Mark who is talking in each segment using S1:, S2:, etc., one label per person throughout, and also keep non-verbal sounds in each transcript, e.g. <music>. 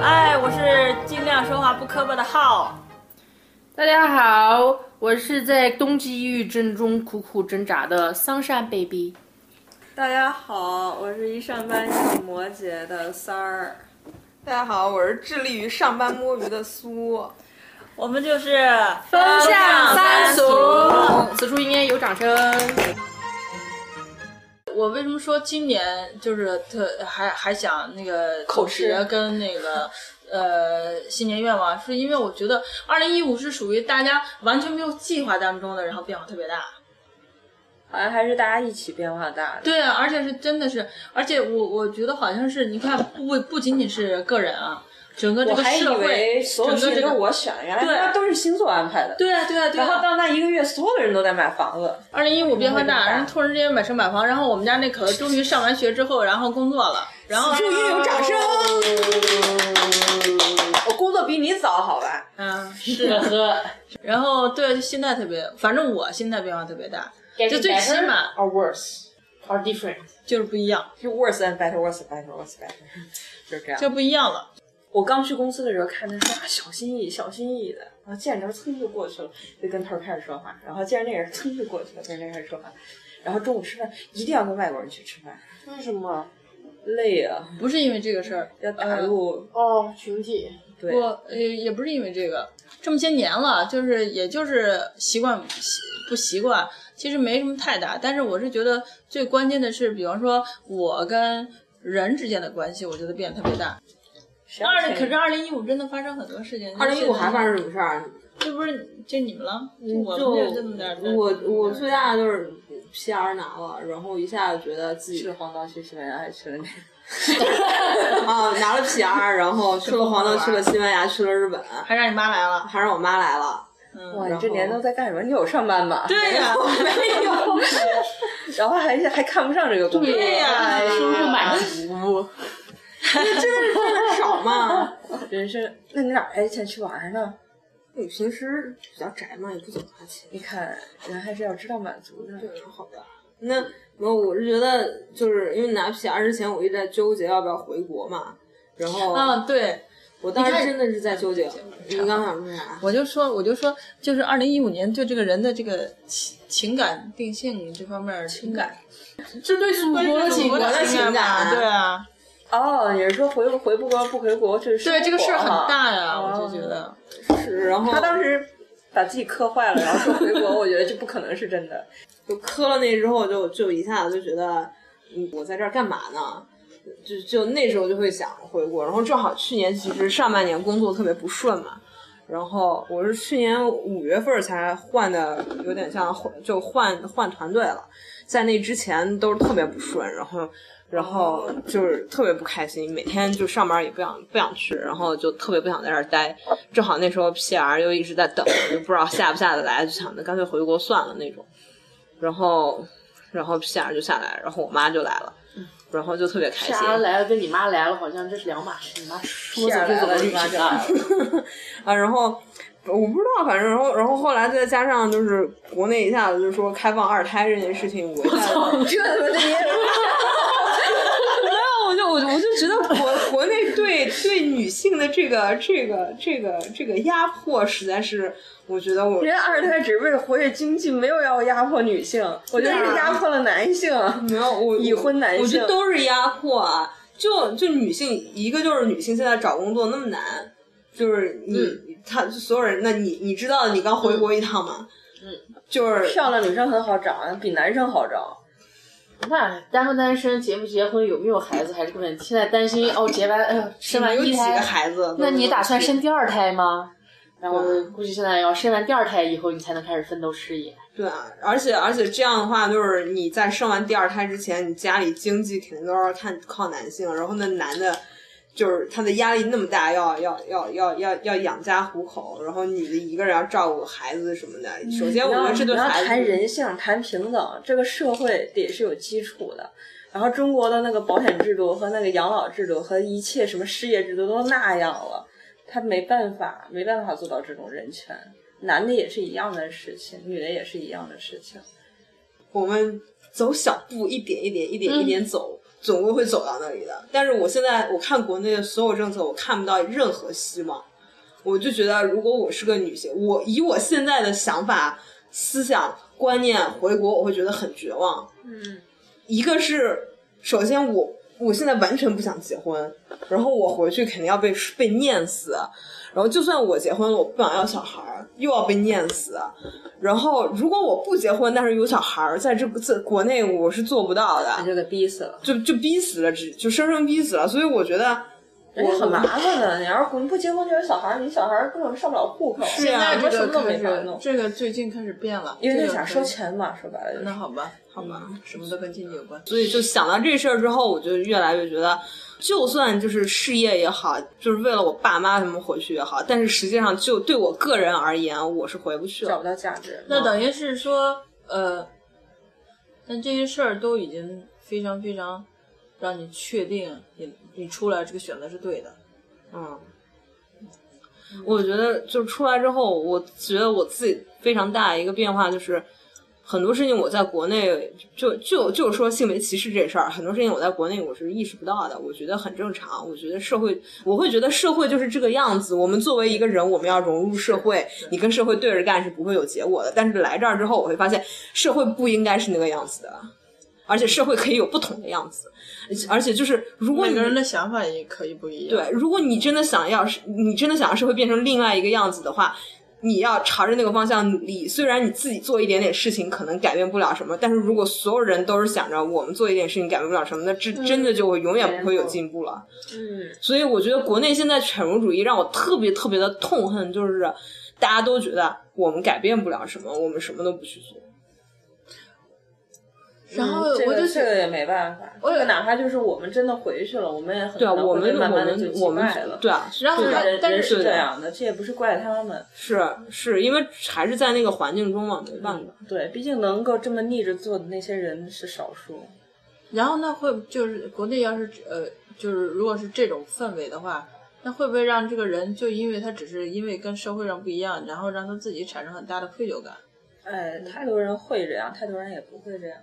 S1: 哎，我是尽量说话不磕巴的浩。
S2: 大家好，我是在冬季抑郁症中苦苦挣扎的桑善 baby。
S3: 大家好，我是一上班想摩羯的三儿。
S4: 大家好，我是致力于上班摸鱼的苏。
S1: 我们就是
S2: 风
S1: 向三俗，
S2: 此处应该有掌声。我为什么说今年就是特还还想那个
S3: 口
S2: 实
S3: 吃
S2: 跟那个呃新年愿望，是因为我觉得二零一五是属于大家完全没有计划当中的，然后变化特别大。
S3: 好像还是大家一起变化大的。
S2: 对啊， <laughs> 而且是真的是，而且我我觉得好像是，你看不不不仅仅是个人啊，整个这
S3: 我
S2: 个
S3: 还以
S2: 社
S3: 为
S2: 会，
S3: 所有
S2: 整
S3: 事
S2: 个
S3: 情
S2: 这
S3: 都
S2: 个
S3: 是我选，原来
S2: 对
S3: 他妈都是星座安排的。
S2: 对啊对啊对
S3: 然后
S2: 啊，
S3: 到那一个月，所有的人都在买房子。
S2: 二零一五变化
S3: 怎么
S2: 大，
S3: 会这么大
S2: 然后突然之间买车买房，然后我们家那可乐终于上完学之后，然后工作了，然后
S3: 应有掌声。我工作比你早，好吧？
S2: 嗯是呵，然后对心态特别，反正我心态变化特别大，就最起码
S5: or worse or different。
S2: 就是不一样，
S3: 是 worse and better, worse and better, worse and better，就是这样。
S2: 就不一样了。
S3: 我刚去公司的时候，看他说啊，小心翼翼，小心翼翼的，然后见着人噌就过去了，就跟头儿开始说话，然后见着那人噌就过去了，跟那人开始说话，然后中午吃饭一定要跟外国人去吃饭，
S5: 为什么？
S3: 累啊，
S2: 不是因为这个事儿，
S3: 要打入、
S5: 哦，群体。
S3: 对
S2: 不，呃，也不是因为这个，这么些年了，就是也就是习惯习不习惯，其实没什么太大。但是我是觉得最关键的是，比方说我跟人之间的关系，我觉得变得特别大。
S3: 谁要
S2: 二
S3: 谁
S2: 可是二零一五真的发生很多事情。
S5: 二零一五还发生什么事儿啊？
S2: 这不是就你们了？
S5: 嗯
S2: 我
S5: 就
S2: 们就这么点儿。
S5: 我我最大的就是 PR 拿了，然后一下子觉得自
S3: 去
S5: 己
S3: 了黄岛去西班牙，还去了那个
S5: 啊拿了 PR，然后去了黄岛，去了西班牙，去了日本，
S2: 还让你妈来了。
S5: 还让我妈来了。
S2: 嗯，
S3: 哇，
S5: 然
S3: 你
S5: 后
S3: 这年都在干什么？你有上班吗？
S2: 对呀、
S3: 没有， <laughs> 然后还还看不上这个工作，
S2: 对
S5: <laughs>
S2: 呀、
S5: 收入满足，这就是赚的 <laughs> 少嘛。
S3: 人生，那你哪来的钱去玩儿呢？
S5: 你平时比较宅嘛，也不怎么花钱。
S3: 你看，人还是要知道满足的。
S5: 对，挺好的。那那我是觉得，就是因为拿 PR 之前，我一直在纠结要不要回国嘛。然后
S2: <laughs> 嗯，对，
S5: 我当时
S2: 你看
S5: 真的是在纠结。你刚想说啥？
S2: 我就说，我就说，就是二零一五年对这个人的这个情情感定性这方面儿，情感
S5: <laughs> 这对祖国的
S2: 祖
S5: 情
S2: 国的
S5: 情
S2: 嘛
S5: 感，
S2: 对啊，
S3: 哦，你是说回回不国不回国，这是
S2: 对这个事儿很
S3: 大。
S2: 大呀，我
S3: 哦
S2: 就觉得，
S5: 是。然后
S3: 他当时把自己磕坏了，然后说回国，我觉得这不可能是
S2: <laughs>
S3: 真的。
S5: 就磕了那之后就，就一下子就觉得，嗯，我在这儿干嘛呢？就就那时候就会想回国，然后正好去年其实上半年工作特别不顺嘛，然后我是去年五月份才换的，有点像换就换换团队了，在那之前都是特别不顺，然后然后就是特别不开心，每天就上班也不想不想去，然后就特别不想在这儿待。正好那时候 PR 又一直在等，就不知道下不下得来，就想着干脆回国算了那种。然后然后 PR 就下来，然后我妈就来了，然后就特别开心。
S6: 莎来了跟你妈来了，好像这是两码事。你妈说
S3: 下
S6: 走就
S3: 来
S6: 走
S3: 了，
S6: 的
S3: 你
S6: 旅
S3: 妈
S6: 行，
S3: 就来了。
S5: 啊，然后我不知道，反正然后然后后来再加上就是国内一下子就说开放二胎这件事情，我一下子
S3: 这他妈的也有
S5: 我就我就我就觉得国国内对对女性的这个这个这个这个压迫，实在是我觉得我
S3: <laughs> 人家二胎只是为了活跃经济，没有要压迫女性，我觉得是
S2: 啊
S3: 压迫了男性，啊
S5: 没有我
S3: 已婚男性。
S5: 我觉得都是压迫啊。就就女性，一个就是女性现在找工作那么难，就是你、她所有人，那你你知道你刚回国一趟吗？嗯，就是
S3: 漂亮女生很好找，比男生好找。
S6: 那单不单身、结不结婚、有没有孩子还是个问题。现在担心哦，结完哎呦，生完
S5: 有
S6: 一
S5: 几个
S6: 胎，
S5: 孩子？
S6: 那你打算生第二胎吗？然后估计现在要生完第二胎以后，你才能开始奋斗事业。
S5: 对啊，而且而且这样的话，就是你在生完第二胎之前，你家里经济肯定都要看靠男性，然后那男的，就是他的压力那么大，要要要要要要养家糊口，然后你的一个人要照顾孩子什么的。首先，我
S3: 你
S5: 觉
S3: 要
S5: 得这
S3: 你
S5: 对
S3: 要
S5: 孩
S3: 谈
S5: 子，
S3: 人性，谈平等，这个社会得是有基础的。然后中国的那个保险制度和那个养老制度和一切什么失业制度都那样了，他没办法，没办法做到这种人权。男的也是一样的事情，女的也是一样的事情。
S5: 我们走小步，一点一点，一点一点走，总归会走到那里的。但是我现在我看国内的所有政策，我看不到任何希望。我就觉得，如果我是个女性，我以我现在的想法、思想、观念回国，我会觉得很绝望。嗯，一个是首先我我现在完全不想结婚，然后我回去肯定要被被念死，然后就算我结婚了，我不想要小孩儿，又要被念死。然后如果我不结婚，但是有小孩儿，在这个在国内我是做不到
S3: 你
S5: 的，
S3: 就给逼死了，
S5: 就就逼死了，只就生生逼死了。所以我觉得
S3: 人家很麻烦的。你要是不不结婚就有小孩儿，你小孩儿根本上不了户口，
S5: 对
S2: 现
S5: 啊
S2: 在这
S3: 什
S2: 个
S3: 么都
S2: 开
S3: 没法
S2: 始
S3: 弄，
S2: 这个最近开始变了，
S3: 因为
S2: 这
S3: 他
S2: 个
S3: 想
S2: 可
S3: 收
S2: 以。
S3: 钱嘛，说白了就是
S2: 那好吧，
S5: 好吧，
S2: 什么都跟经济有关。
S5: 所以就想到这事儿之后，我就越来越觉得，就算就是事业也好，就是为了我爸妈他们回去也好，但是实际上就对我个人而言，我是回不去
S3: 找
S5: 了
S3: 不。到价值。
S2: 那等于是说，呃，但这些事儿都已经非常非常让你确定你你出来这个选择是对的。
S5: 嗯，我觉得就出来之后，我觉得我自己非常大一个变化就是，很多事情我在国内就就就说性别歧视这事儿，很多事情我在国内我是意识不到的，我觉得很正常。我觉得社会，我会觉得社会就是这个样子。我们作为一个人，我们要融入社会，你跟社会对着干是不会有结果的。但是来这儿之后，我会发现社会不应该是那个样子的。而且社会可以有不同的样子，而且就是如果
S2: 每
S5: 你
S2: 个人的想法也可以不一样。
S5: 对，如果你真的想要是，你真的想要社会变成另外一个样子的话，你要朝着那个方向努力。虽然你自己做一点点事情可能改变不了什么，但是如果所有人都是想着我们做一点事情改变不了什么，那这真的就永远不会有进步了。
S3: 嗯，
S5: 所以我觉得国内现在犬儒主义让我特别特别的痛恨，就是大家都觉得我们改变不了什么，我们什么都不去做。
S2: 然后
S3: 嗯这
S2: 我
S3: 个
S2: 就
S3: 这个也没办法，
S2: 我有
S3: 这个哪怕就是我们真的回去了，我们也很
S5: 对啊，
S3: 可能会
S5: 我们
S3: 被慢慢的就
S5: 我
S3: 击
S5: 们
S3: 败
S5: 我们
S3: 了。
S5: 对啊，
S2: 然后
S5: 对
S2: 他
S5: 的
S3: 人
S2: 但
S3: 人
S2: 是
S3: 是这样的，这也不是怪他们。
S5: 是是因为还是在那个环境中嘛，没办法。
S3: 嗯对，毕竟能够这么逆着做的那些人是少数。
S2: 然后那会就是国内要是呃，就是如果是这种氛围的话，那会不会让这个人就因为他只是因为跟社会上不一样，然后让他自己产生很大的愧疚感？
S3: 哎，太多人会这样，太多人也不会这样。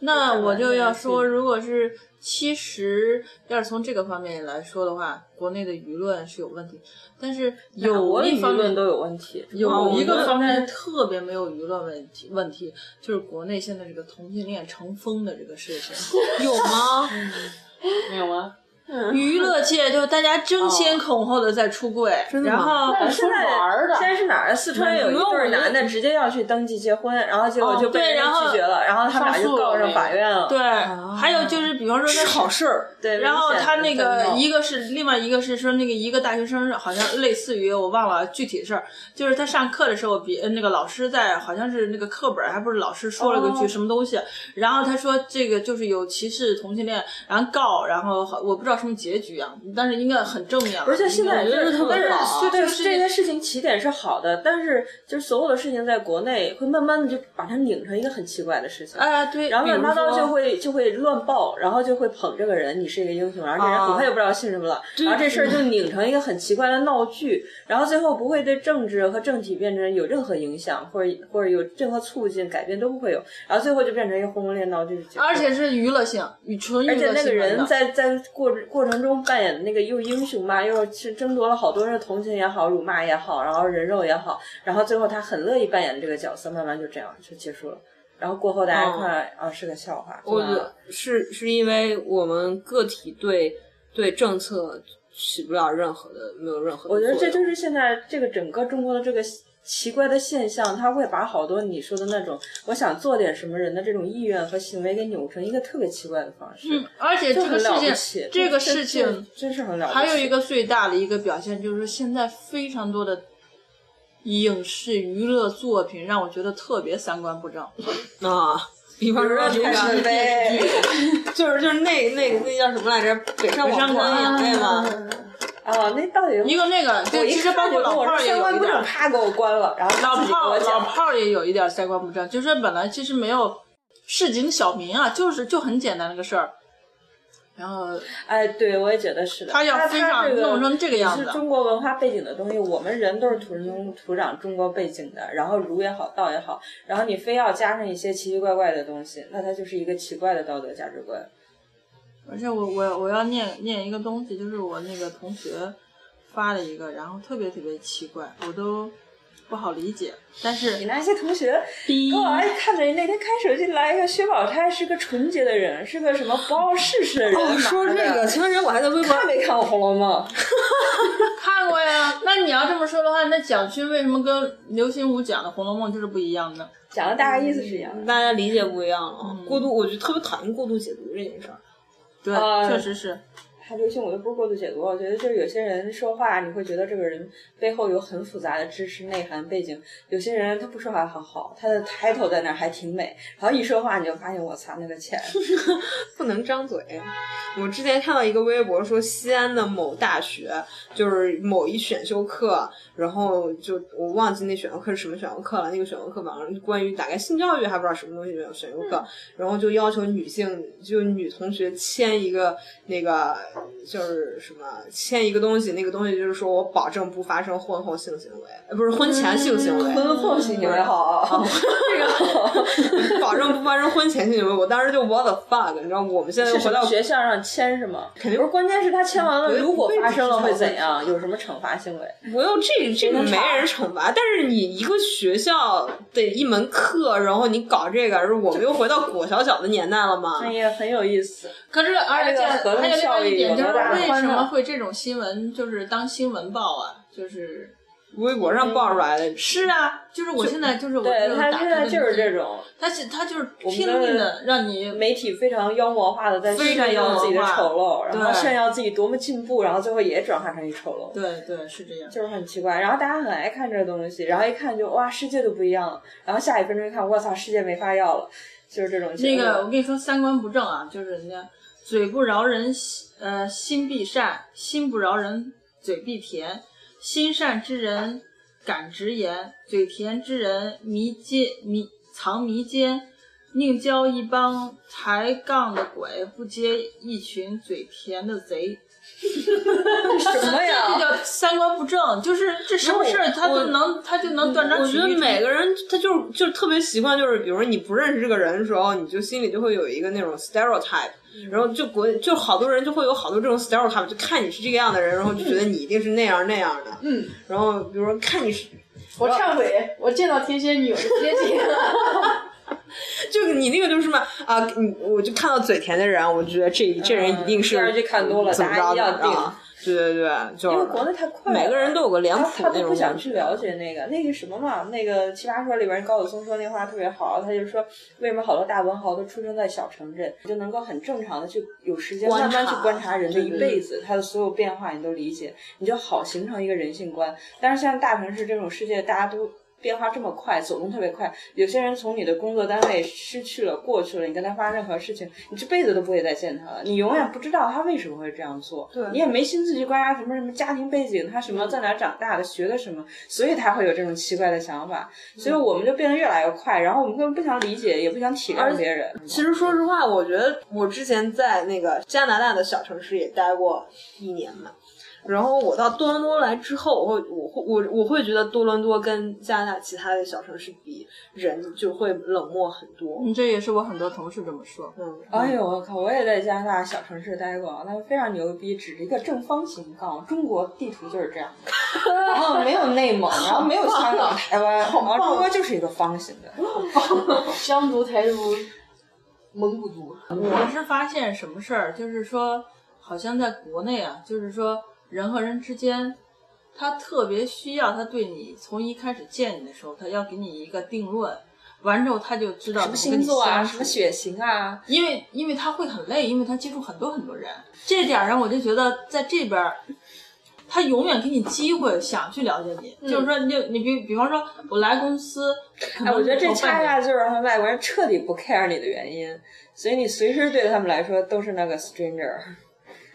S2: 那我就要说，
S3: 是
S2: 如果是其实要是从这个方面来说的话，国内的舆论是有问题，但是有
S3: 我
S2: 一方
S3: 舆论
S2: 面
S3: 都有问题。
S2: 有
S5: 哦
S2: 一
S5: 我
S2: 个
S5: 们
S2: 方面特别没有舆论问题问题，就是国内现在这个同性恋成风的这个事
S5: <laughs>
S2: 情，
S5: 有吗？
S6: 没有啊，
S2: 娱乐界就是大家争先恐后的在出柜，
S5: 哦
S3: 嗯
S5: 的
S2: 然
S5: 吗
S2: 后
S6: 那是
S3: 现在
S6: 玩儿的
S3: 现在是哪儿啊？四川有一对儿男的直接要去登记结婚，然后结果就
S2: 对
S3: 被人
S2: 然后
S3: 拒绝了，然后他们俩
S6: 上
S3: 就
S6: 诉了
S3: 告上法院了。
S2: 对，
S5: 哦
S2: 还有就是比方说
S5: 是
S2: 在
S5: 好事儿，
S3: 对，
S2: 然后
S3: 危险
S2: 他
S3: 的
S2: 那
S3: 真
S2: 个
S3: 的
S2: 一个是另外一个是说那个一个大学生好像类似于我忘了具体的事儿，就是他上课的时候别呃那个老师在好像是那个课本儿还不是老师说了个句什么东西，然后他说这个就是有歧视同性恋，然后告，然后好我不知道什么结局啊，但是应该很正面了。
S3: 不是，就现在
S5: 我觉得
S3: 就是
S5: 特别
S3: 但是
S5: 好
S3: 对对，
S2: 啊就是
S3: 这件事情起点是好的，但是就是所有的事情在国内会慢慢的就把它拧成一个很奇怪的事情。
S5: 啊
S2: 哎对，
S3: 然后乱七八
S2: 比如
S3: 糟
S2: 说
S3: 就会就会乱报，然后就会捧这个人，你是一个英雄，然后这
S2: 啊
S3: 人很快就不知道姓什么了，然后这事儿就拧成一个很奇怪的闹剧，然后最后不会对政治和政体变成有任何影响，或者或者有任何促进改变都不会有，然后最后就变成一个轰轰烈闹剧。
S2: 而且是娱乐性，与纯娱
S3: 而且
S2: 乐
S3: 那
S2: 性
S3: 个人
S2: 的
S3: 在在过过程中扮演的那个又英雄嘛，又是争夺了好多人的同情也好，辱骂也好，然后人肉也好，然后最后他很乐意扮演这个角色，慢慢就这样就结束了。然后过后大家
S2: 哦
S3: 看、啊是个笑话，
S5: 我
S3: 就
S5: 觉
S3: 完了
S5: 得是是因为我们个体对对政策起不了任何的，没有任何的
S3: 我觉得这
S5: 作用
S3: 就是现在这个整个中国的这个奇怪的现象，它会把好多你说的那种我想做点什么人的这种意愿和行为给扭成一个特别奇怪的方式，
S2: 嗯，而且
S3: 就
S2: 这个
S3: 很
S2: 事
S3: 了不
S2: 情
S3: 起，。
S2: 这个事情
S3: 真是很了不起。
S2: 还有一个最大的一个表现就是现在非常多的影视娱乐作品让我觉得特别三观不正。
S3: <laughs>
S5: 啊。比方说那
S3: 太是
S5: 个，
S3: 呗。
S5: 就是就是那那那叫什么来着？北上广
S2: 北上
S5: 播
S2: 广
S6: 嗯
S5: 的眼泪嘛，
S3: 啊，那到底
S2: 一个那个，
S3: 我
S2: 对，
S3: 一
S2: 其实
S3: 看
S2: 包括
S3: 就跟
S2: 老
S3: 我
S2: 炮
S3: 说
S2: 儿也
S3: 三
S2: 有
S3: 观
S2: 一
S3: 不
S2: 点
S3: 正，
S2: 儿，
S3: 啪给我关了，然后
S2: 老
S3: 他自己给
S2: 炮
S3: 我
S2: 儿老
S3: 讲。
S2: 炮儿也有一点三观不正，就是本来其实没有市井小民啊，就是就很简单那个事儿，然后
S3: 哎，对，我也觉得是的。
S2: 他要
S3: 他
S2: 非上
S3: 这个
S2: 弄成这个样子
S3: 是中国文化背景的东西，我们人都是土生土长中国背景的，然后儒也好，道也好，然后你非要加上一些奇奇怪怪的东西，那它就是一个奇怪的道德价值观。
S2: 而且我我我要念念一个东西，就是我那个同学发的一个，然后特别特别奇怪，我都不好理解。但
S3: 你
S2: 是
S3: 那些同学
S2: 第一
S3: 跟我哎看着那天开手机来一个薛宝钗是个纯洁的人，是个什么不谙世事的人。
S5: 哦，说这个，前段时间我还在微博
S3: 啊看没看过《红楼梦》？
S2: 看过呀，那你要这么说的话，那蒋勋为什么跟刘心武讲的《红楼梦》就是不一样呢？
S3: 讲的大概意思是一样的。嗯
S5: 大家理解不一样了，过度，我就特别讨厌过度解读这件事儿。
S2: 对，
S3: 啊
S2: 确实是。
S3: 他流行我都不是过度解读，我觉得就是有些人说话，你会觉得这个人背后有很复杂的知识内涵背景。有些人他不说话很好，他的 title 在那儿还挺美，然后一说话你就发现我擦那个钱，
S5: 不能张嘴。我之前看到一个微博说，西安的某大学就是某一选修课，然后就我忘记那选修课是什么选修课了。那个选修课网上关于大概性教育还不知道什么东西选选修
S3: 嗯
S5: 课，然后就要求女性就女同学签一个那个就是什么签一个东西，那个东西就是说我保证不发生婚后性行为，呃不是婚前性行为。
S3: 婚后
S2: 嗯
S3: 性行为好，这个好。
S5: 保证不发生婚前性行为，我当时就 what the fuck，你知道我们现在
S3: 是
S5: 又
S3: 什
S5: 回
S3: 么
S5: 到
S3: 学校让签是吗？
S5: 肯定
S3: 不是，关键是他签完了，
S5: 嗯
S3: 如果发生了会怎
S5: 不
S3: 样？有什么惩罚行
S2: <laughs>
S3: 为？
S5: 不用这这个没人惩罚，但是你一个学校的一门课，然后你搞这个，是我们又回到裹小脚的年代了吗？
S2: 嗯
S3: 那也很有意思。
S2: 可是，而且
S3: 那个合
S2: 还
S3: 同
S2: 有另
S3: 效
S2: 外一
S3: 应有
S2: 点就是，
S3: 多大
S2: 为什
S3: 宽
S2: 么
S3: 呢
S2: 会这种新闻就是当新闻报啊？就是
S5: 微博上爆出来的，
S2: 是啊，就是我现在就是我这
S3: 对
S2: 种
S3: 他
S2: 打
S3: 现
S2: 开
S3: 在
S2: 的
S3: 就是
S2: 东西
S3: 这，种
S2: 他是他就是
S3: 我们
S2: 拼
S3: 的
S2: 命的让你
S3: 媒体非常妖魔化的在
S2: 非常
S3: 炫耀自己的
S2: 妖魔化
S3: 丑陋，然后
S2: 对
S3: 炫耀自己多么进步，然后最后也转化成一丑陋。
S2: 对对是这样。
S3: 就是很奇怪，然后大家很爱看这个东西，然后一看就哇，世界都不一样了，然后下一分钟一看，我操，世界没法要了，就是这种
S2: 那
S3: 结
S5: 呃
S2: 个，我
S3: 果。
S2: 跟你说，三观不正啊，就是人家嘴不饶人，心呃，心必善；心不饶人，嘴必甜。心善之人敢直言，嘴甜之人迷奸迷藏迷奸。宁交一帮抬杠的鬼，不接一群嘴甜的贼。
S3: 什么呀？
S5: <laughs>
S2: 这叫三观不正，就是这什么事儿他就能他就能断章
S5: 我
S2: 取
S5: 觉
S2: 义。
S5: 得每个人他就是就是特别习惯，就是比如说你不认识这个人的时候，你就心里就会有一个那种 stereotype，然后就国就好多人就会有好多这种 stereotype，就看你是这个样的人，然后就觉得你一定是那样那样的，
S6: 嗯，
S5: 然后比如说看你是
S6: 我忏悔，我见到天蝎女我就贴近了。 <laughs>
S5: 就你那个就是什么啊？你我就看到嘴甜的人，我就觉得这这人一定是
S3: 电视剧看多了
S5: 怎么
S3: 大家
S5: 着
S3: 一定要
S5: 的啊？对对对，就
S3: 因为
S5: 是
S3: 国内太快了，
S5: 每个人都有个脸谱
S3: 他他
S5: 那
S3: 都
S5: 种
S3: 不想
S5: 感觉。
S3: 去了解那个那个什么嘛，那个《奇葩说》里边高晓松说那话特别好，他就说为什么好多大文豪都出生在小城镇，你就能够很正常的去有时间
S5: 观察
S3: 慢慢去观察人的
S5: 对
S3: 一
S5: 对
S3: 辈子，他的所有变化你都理解，你就好形成一个人性观。但是像大城市这种世界，大家都。变化这么快，走动特别快。有些人从你的工作单位失去了、过去了，你跟他发生任何事情，你这辈子都不会再见他了。你永远不知道他为什么会这样做，
S5: 对
S3: 你也没心思去观察什么什么家庭背景，他什么在哪长大的，学的什么，所以他会有这种奇怪的想法，所以我们就变得越来越快，然后我们根本不想理解，也不想体谅别人。
S5: 其实说实话，我觉得我之前在那个加拿大的小城市也待过一年嘛。然后我到多伦多来之后，我会我会我我会觉得多伦多跟加拿大其他的小城市比，人就会冷漠很多。
S2: 嗯，这也是我很多同事这么说。
S5: 嗯，
S3: 哎呦我靠！我也在加拿大小城市待过，那非常牛逼，指着一个正方形杠，中国地图就是这样，然后没有内蒙，然后没有香港、台湾，然后中国就是一个方形的。
S6: 湘独、台独、蒙古族，
S2: 我是发现什么事儿，就是说，好像在国内啊，就是说人和人之间，他特别需要他对你从一开始见你的时候，他要给你一个定论，完之后他就知道怎
S3: 什么
S2: 么跟
S3: 星
S2: 你
S3: 座啊，
S2: 相
S3: 什
S2: 处
S3: 么。血型啊，
S2: 因为因为他会很累，因为他接触很多很多人，这点儿上我就觉得在这边儿，他永远给你机会想去了解你，就是说你就你比比方说我来公司，可
S3: 嗯哎，
S2: 能
S3: 我觉得这
S2: 头半
S3: 恰
S2: 年
S3: 恰就是他们外国人彻底不 care 你的原因，所以你随时对他们来说都是那个 stranger。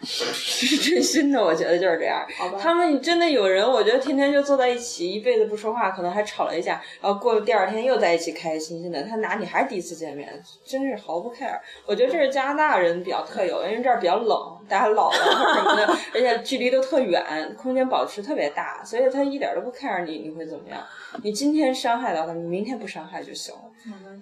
S3: <laughs> 是真心的，我觉得就是这样。他们真的有人，我觉得天天就坐在一起，一辈子不说话，可能还吵了一架，然后过了第二天又在一起开开心心的。他拿你还是第一次见面，真是毫不 care。我觉得这是加拿大人比较特有，因为这儿比较冷，大家老了或者什么的， <laughs> 而且距离都特远，空间保持特别大，所以他一点都不 care 你你会怎么样。你今天伤害到他，你明天不伤害就行了。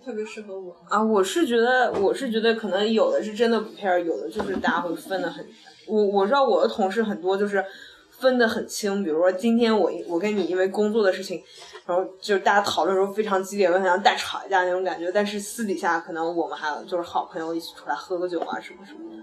S2: 特别适合我。
S5: 啊，我是觉得，我是觉得可能有的是真的不 care，有的就是大家会分的很。我我知道我的同事很多就是分的很清，比如说今天我我跟你因为工作的事情，然后就是大家讨论的时候非常激烈，很像大吵一架那种感觉，但是私底下可能我们还有就是好朋友一起出来喝个酒啊什么什么的，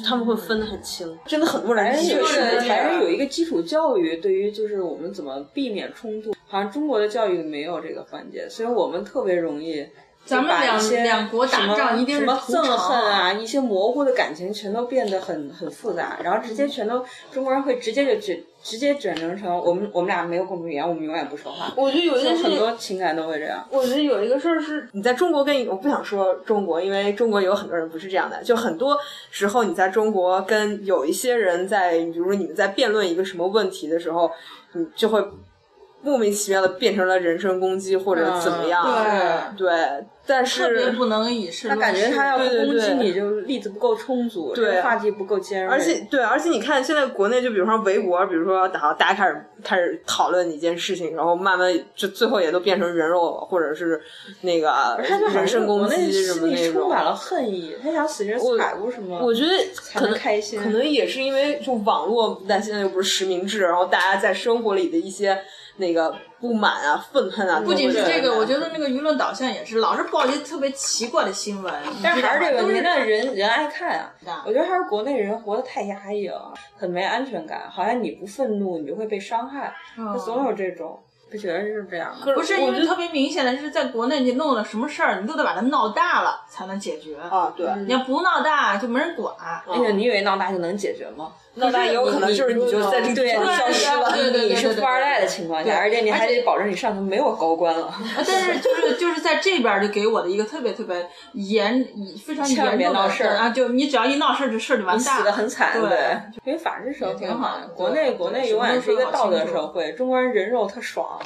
S5: 就他们会分的很清，真的很多人
S3: 还是
S5: 就
S3: 有
S5: 是
S3: 的，
S5: 不 care
S3: 还是有一个基础教育，对于就是我们怎么避免冲突，好像中国的教育没有这个环节，所以我们特别容易
S2: 咱们
S3: 把一
S2: 两
S3: 些
S2: 两国
S3: 什
S2: 打
S3: 么
S2: 仗一定
S3: 什
S2: 是
S3: 么
S2: 屠
S3: 憎
S2: 城
S3: 恨啊，一些模糊的感情全都变得很很复杂，然后直接全都中国人会直接就卷直接卷成成我们我们俩没有共同语言，我们永远不说话。
S5: 我觉得有一
S3: 就
S5: 件事
S3: 很
S5: 情，
S3: 多情感都会这样，
S5: 我觉得有一个事儿是，你在中国跟我不想说中国，因为中国有很多人不是这样的。就很多时候你在中国跟有一些人在，比如说你们在辩论一个什么问题的时候，你就会莫名其妙的变成了人身攻击或者怎么样。
S3: 嗯
S5: 对但
S2: 特别
S5: 是
S2: 不能以事
S3: 他
S2: 论事。
S3: 感觉他要
S5: 对对
S3: 攻击
S5: 对
S3: 你，就是例子不够充足，这
S5: 对
S3: 个话题不够尖锐，
S5: 而且对，而且你看现在国内，就比如说围脖，比如说打，大家开始开始讨论一件事情，然后慢慢就最后也都变成人肉或者是那个
S3: 他就好
S5: 人
S3: 像
S5: 身
S3: 国
S5: 攻
S3: 内
S5: 击什
S3: 心
S5: 么
S3: 里
S5: 那
S3: 充
S5: 种。
S3: 满了恨意，他想死人
S5: 我
S3: 踩过什么，
S5: 我觉得
S3: 才
S5: 可
S3: 能
S5: 能
S3: 开心。
S5: 可能也是因为就网络，但现在又不是实名制，然后大家在生活里的一些那个不满啊、愤恨啊，
S2: 不仅是这
S5: 都
S2: 个，
S5: 会
S2: 我觉得那个舆论导向也是，老是报一些特别奇怪的新闻。
S3: 嗯但是还是这个
S2: 都
S3: 年
S2: 是
S3: 代人人爱看啊，我觉得还是国内人活得太压抑了，很没安全感，好像你不愤怒你就会被伤害，
S2: 嗯
S5: 哦
S3: 就总有这种，不觉得是这样吗？
S2: 不是因为特别明显的是，在国内你弄了什么事儿，你都得把它闹大了才能解决。
S3: 哦
S5: 啊，对，
S2: 你
S6: 嗯
S2: 要不闹大，就没人管。
S3: 而且你以为闹大就能解决吗？
S5: 那大家有可能就是你就在这个地
S3: 对
S5: 方消失了。
S2: 对对对对
S3: 你是富二代的情况
S2: 对
S3: 下，而且你还得保证你上头没有高官了，
S2: 啊但是就是就是在这边儿就给我的一个特别特别严非常
S3: 千万
S2: 严
S3: 别
S2: 重
S3: 闹
S2: 的
S3: 事儿
S2: 啊，就你只要一闹事儿，这事儿就完
S3: 你
S2: 蛋
S3: 死的很
S2: 了。
S3: 惨，
S2: 对
S3: 因为法治社会
S2: 也挺好
S3: 嘛
S2: 的，
S3: 国内
S2: 对
S3: 国内
S2: 对
S3: 永远是一个
S2: 什么都
S3: 道
S2: 说得
S3: 德
S2: 好清楚
S3: 社会，中国人人肉特爽，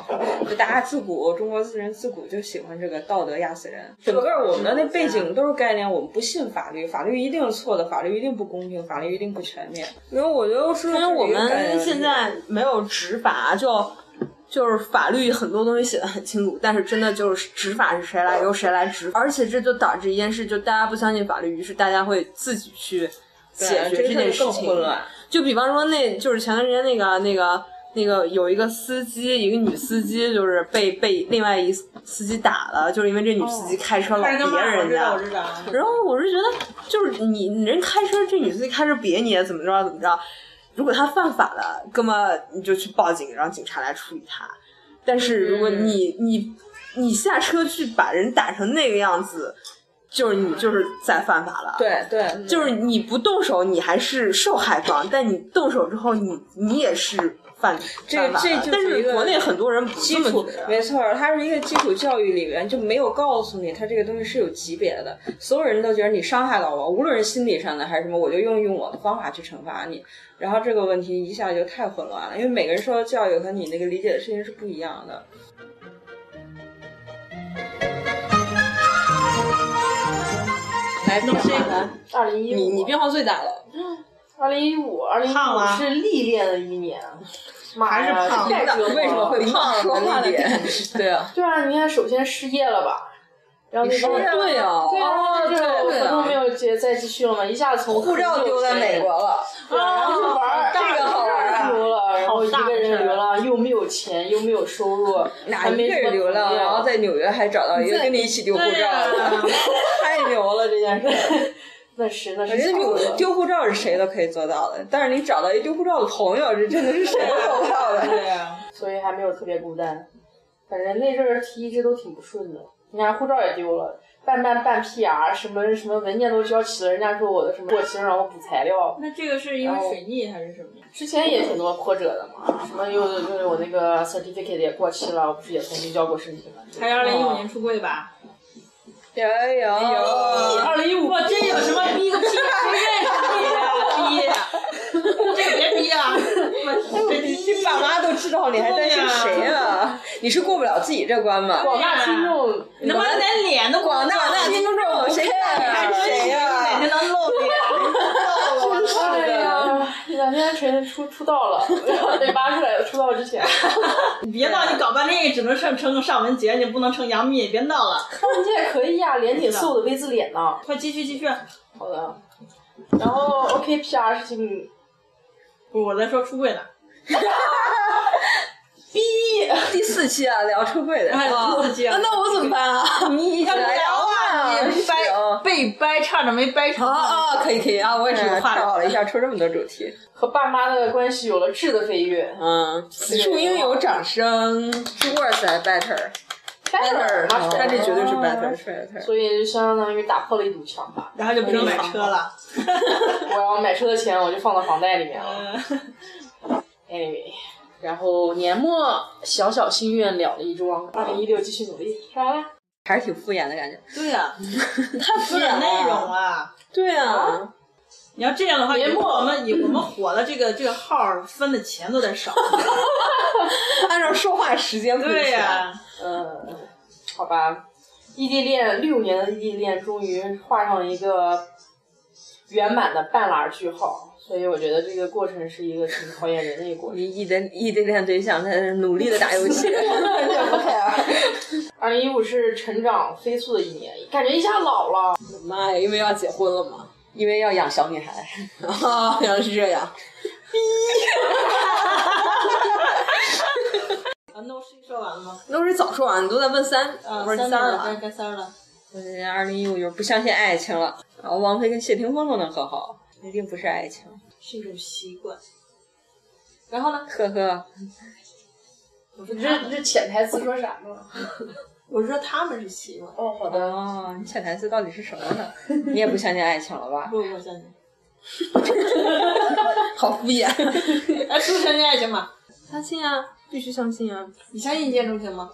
S3: 就大家自古中国人自古就喜欢这个道德压死人。整个我们的那背景都是概念，我们不信法律，法律一定是错的，法律一定不公平，法律一定不全面。因为我觉得是
S5: 因为我们现在没有执法，就就是法律很多东西写的很清楚，但是真的就是执法是谁来由谁来执，而且这就导致一件事，就大家不相信法律，于是大家会自己去解决
S3: 这
S5: 件事
S3: 更
S5: 情。
S3: 混乱。
S5: 就比方说那，就是前段时间那个那个那个有一个司机，一个女司机，就是被被另外一司机打了，就是因为这女司
S2: 哦
S5: 机开车老
S2: 但是
S5: 别
S2: 干嘛？我
S5: 人
S2: 知
S5: 家。
S2: 道，我知啊道。
S5: 然后我是觉得，就是你你人开车，这女司机开车别你怎么着怎么着，如果她犯法了，哥们儿你就去报警，让警察来处理她。但是如果
S2: 嗯
S5: 你、你你下车去把人打成那个样子，就是你就是在犯法了。
S3: 对
S2: 嗯
S3: 对，
S5: 就是你不动手，你还是受害方；但你动手之后，你你也是犯
S3: 这
S5: 犯法
S3: 这
S5: 了
S3: 就是
S5: 但
S3: 一个
S5: 国内很多人不这
S3: 基
S5: 么啊
S3: 础
S5: 觉得。
S3: 没错，它是一个基础教育里面就没有告诉你，它这个东西是有级别的。所有人都觉得你伤害到我，无论是心理上的还是什么，我就用用我的方法去惩罚你。然后这个问题一下就太混乱了，因为每个人受到教育和你那个理解的事情是不一样的。来，
S2: 那这
S3: 个
S2: 个
S6: 二零一五，啊
S5: 你你变化最大了，
S6: 二零一五，二零一
S2: 胖
S6: 五
S2: 了
S6: 是历练的一年，啊
S2: 还是胖
S6: 太折磨了
S3: 为什么会胖了？
S5: 说话的
S3: 丽丽
S5: 感
S3: <laughs> 对啊，
S6: 对啊，你看，首先失业了吧，然后那帮
S5: 对啊，
S6: 对啊，
S3: 对
S6: 这
S3: 对
S6: 合同没有结，再继续了嘛，一下从
S3: 护照丢在美国，了，
S6: 对，然后就玩儿，
S3: 这个好玩儿啊
S6: 流了，然后一个人流浪，又没有钱，又没有收入，
S3: 哪
S6: 还
S3: 一
S6: 没
S3: 个
S6: 什么
S3: 人流浪，
S6: 朋友
S3: 然后在纽约还找到一个跟你一起丢护照
S2: 啊
S3: 的，太牛
S5: <laughs>
S3: 了这件事儿。
S6: 那是那
S3: 我觉
S6: 是
S3: 得
S6: 错
S3: 丢
S6: 的。
S3: 丢护照是谁都可以做到的，但是你找到一丢护照的朋友，这真的
S5: <laughs>
S3: 是谁都做不到的。
S2: 对啊呀。
S6: 所以还没有特别孤单。反正那阵儿提一直都挺不顺的，你看护照也丢了，办办办 PR，什么什么文件都交齐了，人家说我的什么过期了，让我补材料。
S2: 那这个是因为水逆还是什么？
S6: 之前也挺多波折的嘛，什么又就是我那个 certificate 也过期了，我不是也重新交过申请了。
S2: 还是二零一五年出柜吧？
S3: 有有
S2: 二零一五，这有什么逼个屁？谁认识你啊？逼！啊
S3: 你你爸妈都知道，你还担心谁啊？你是过不了自己这关吗？
S6: 广大听众，
S2: 你他妈连脸都
S3: 广大那听众谁看谁呀？
S2: 每天能露脸，
S6: 哎呀，两天锤出出道了，得挖出来了。出道之
S2: <laughs>
S6: 前，
S2: 你别闹，你搞半天也只能称称尚雯婕，你不能称杨幂，别闹了，
S6: 上届可以呀，脸挺瘦的 V 字脸呢。
S2: 快继续继续。
S6: 好的，然后 OK PR 事情，
S2: 我在说出柜呢，
S3: 第四期啊，聊出柜的，
S2: 哎，第四期啊，
S5: 那我怎么办啊？
S3: 你来啊，
S2: 你掰
S3: 行。
S2: 被掰，差点没掰成。
S5: 啊啊，可以可以啊，我也是
S3: 哎呀
S5: 有话
S3: 太
S5: 的。
S3: 好了，一下出这么多主题，
S6: <laughs> 和爸妈的关系有了质的飞跃。
S5: 嗯，此处应有掌声。
S3: 是 worse 还 better？
S2: 嗯
S6: Better，
S5: 但这
S2: 哦
S5: 绝对是 better。
S3: better。
S6: 所以就相当于打破了一堵墙吧。
S2: 然后就不能买车了。
S6: 我要买车的钱我就放到房贷里面
S2: 哦
S6: 了。Anyway，然哎后年末小小心愿了了一桩，二零一六继续努力，是吧？
S3: 还是挺敷衍的感觉。
S2: 对啊呀，
S5: 太敷
S2: 说点内容。啊。
S5: 对啊，
S2: 你要这样的话，以
S6: 别
S2: 后
S6: 磨
S2: 我们以我们火的这个这个号儿分的钱都得少。 <laughs>
S5: 按照说话时间不
S2: 对呀、
S6: 呃，好吧，异地恋六年的异地恋终于画上了一个圆满的半拉句号，所以我觉得这个过程是一个挺考验人的一个过程。
S3: 你异地异地恋对象在那儿努力的打游戏，
S6: 二零一五是成长飞速的一年，感觉一下老了。
S5: 妈呀，因为要结婚了
S3: <laughs>
S5: 嘛。
S3: 因为要养小女孩。哦
S5: 啊，原来是这样。
S2: 啊，那我事情说完了吗？
S5: 那我是早说完，你都在问三，
S2: 啊，
S3: 嗯
S5: 不是
S2: 三
S5: 三
S2: 儿
S5: 儿
S2: 了，该
S5: 了。
S2: 该三儿了。
S3: 我觉得二零一五就是不相信爱情了。然后王菲跟谢霆锋都能和好，一定不是爱情。
S2: 是一种习惯。然后呢？
S3: 呵呵，
S2: 我说
S6: 你
S2: 这
S6: 这，这潜台词说啥呢？
S2: 我说他们是习惯。
S6: 哦，好的。
S3: 哦，你潜台词到底是什么呢？你也不相信爱情了吧？
S2: 不不相信。 <laughs>
S5: 好敷衍。
S2: 哎，是不相信爱情嘛？
S5: 相信啊，必须相信啊。
S2: 你相信一见钟情吗？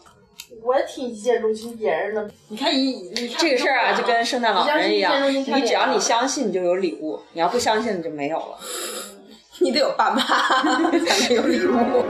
S6: 我也挺一见钟情别人的，
S2: 你看一，你看
S3: 这个事儿啊，就跟圣诞老人一样
S6: 你相，信一见钟情看
S3: 你只
S6: 脸
S3: 要
S6: 了
S3: 你相信，你就有礼物；你要不相信，你就没有了。
S5: <laughs>
S3: <laughs>
S5: 你得有爸妈才能有礼物。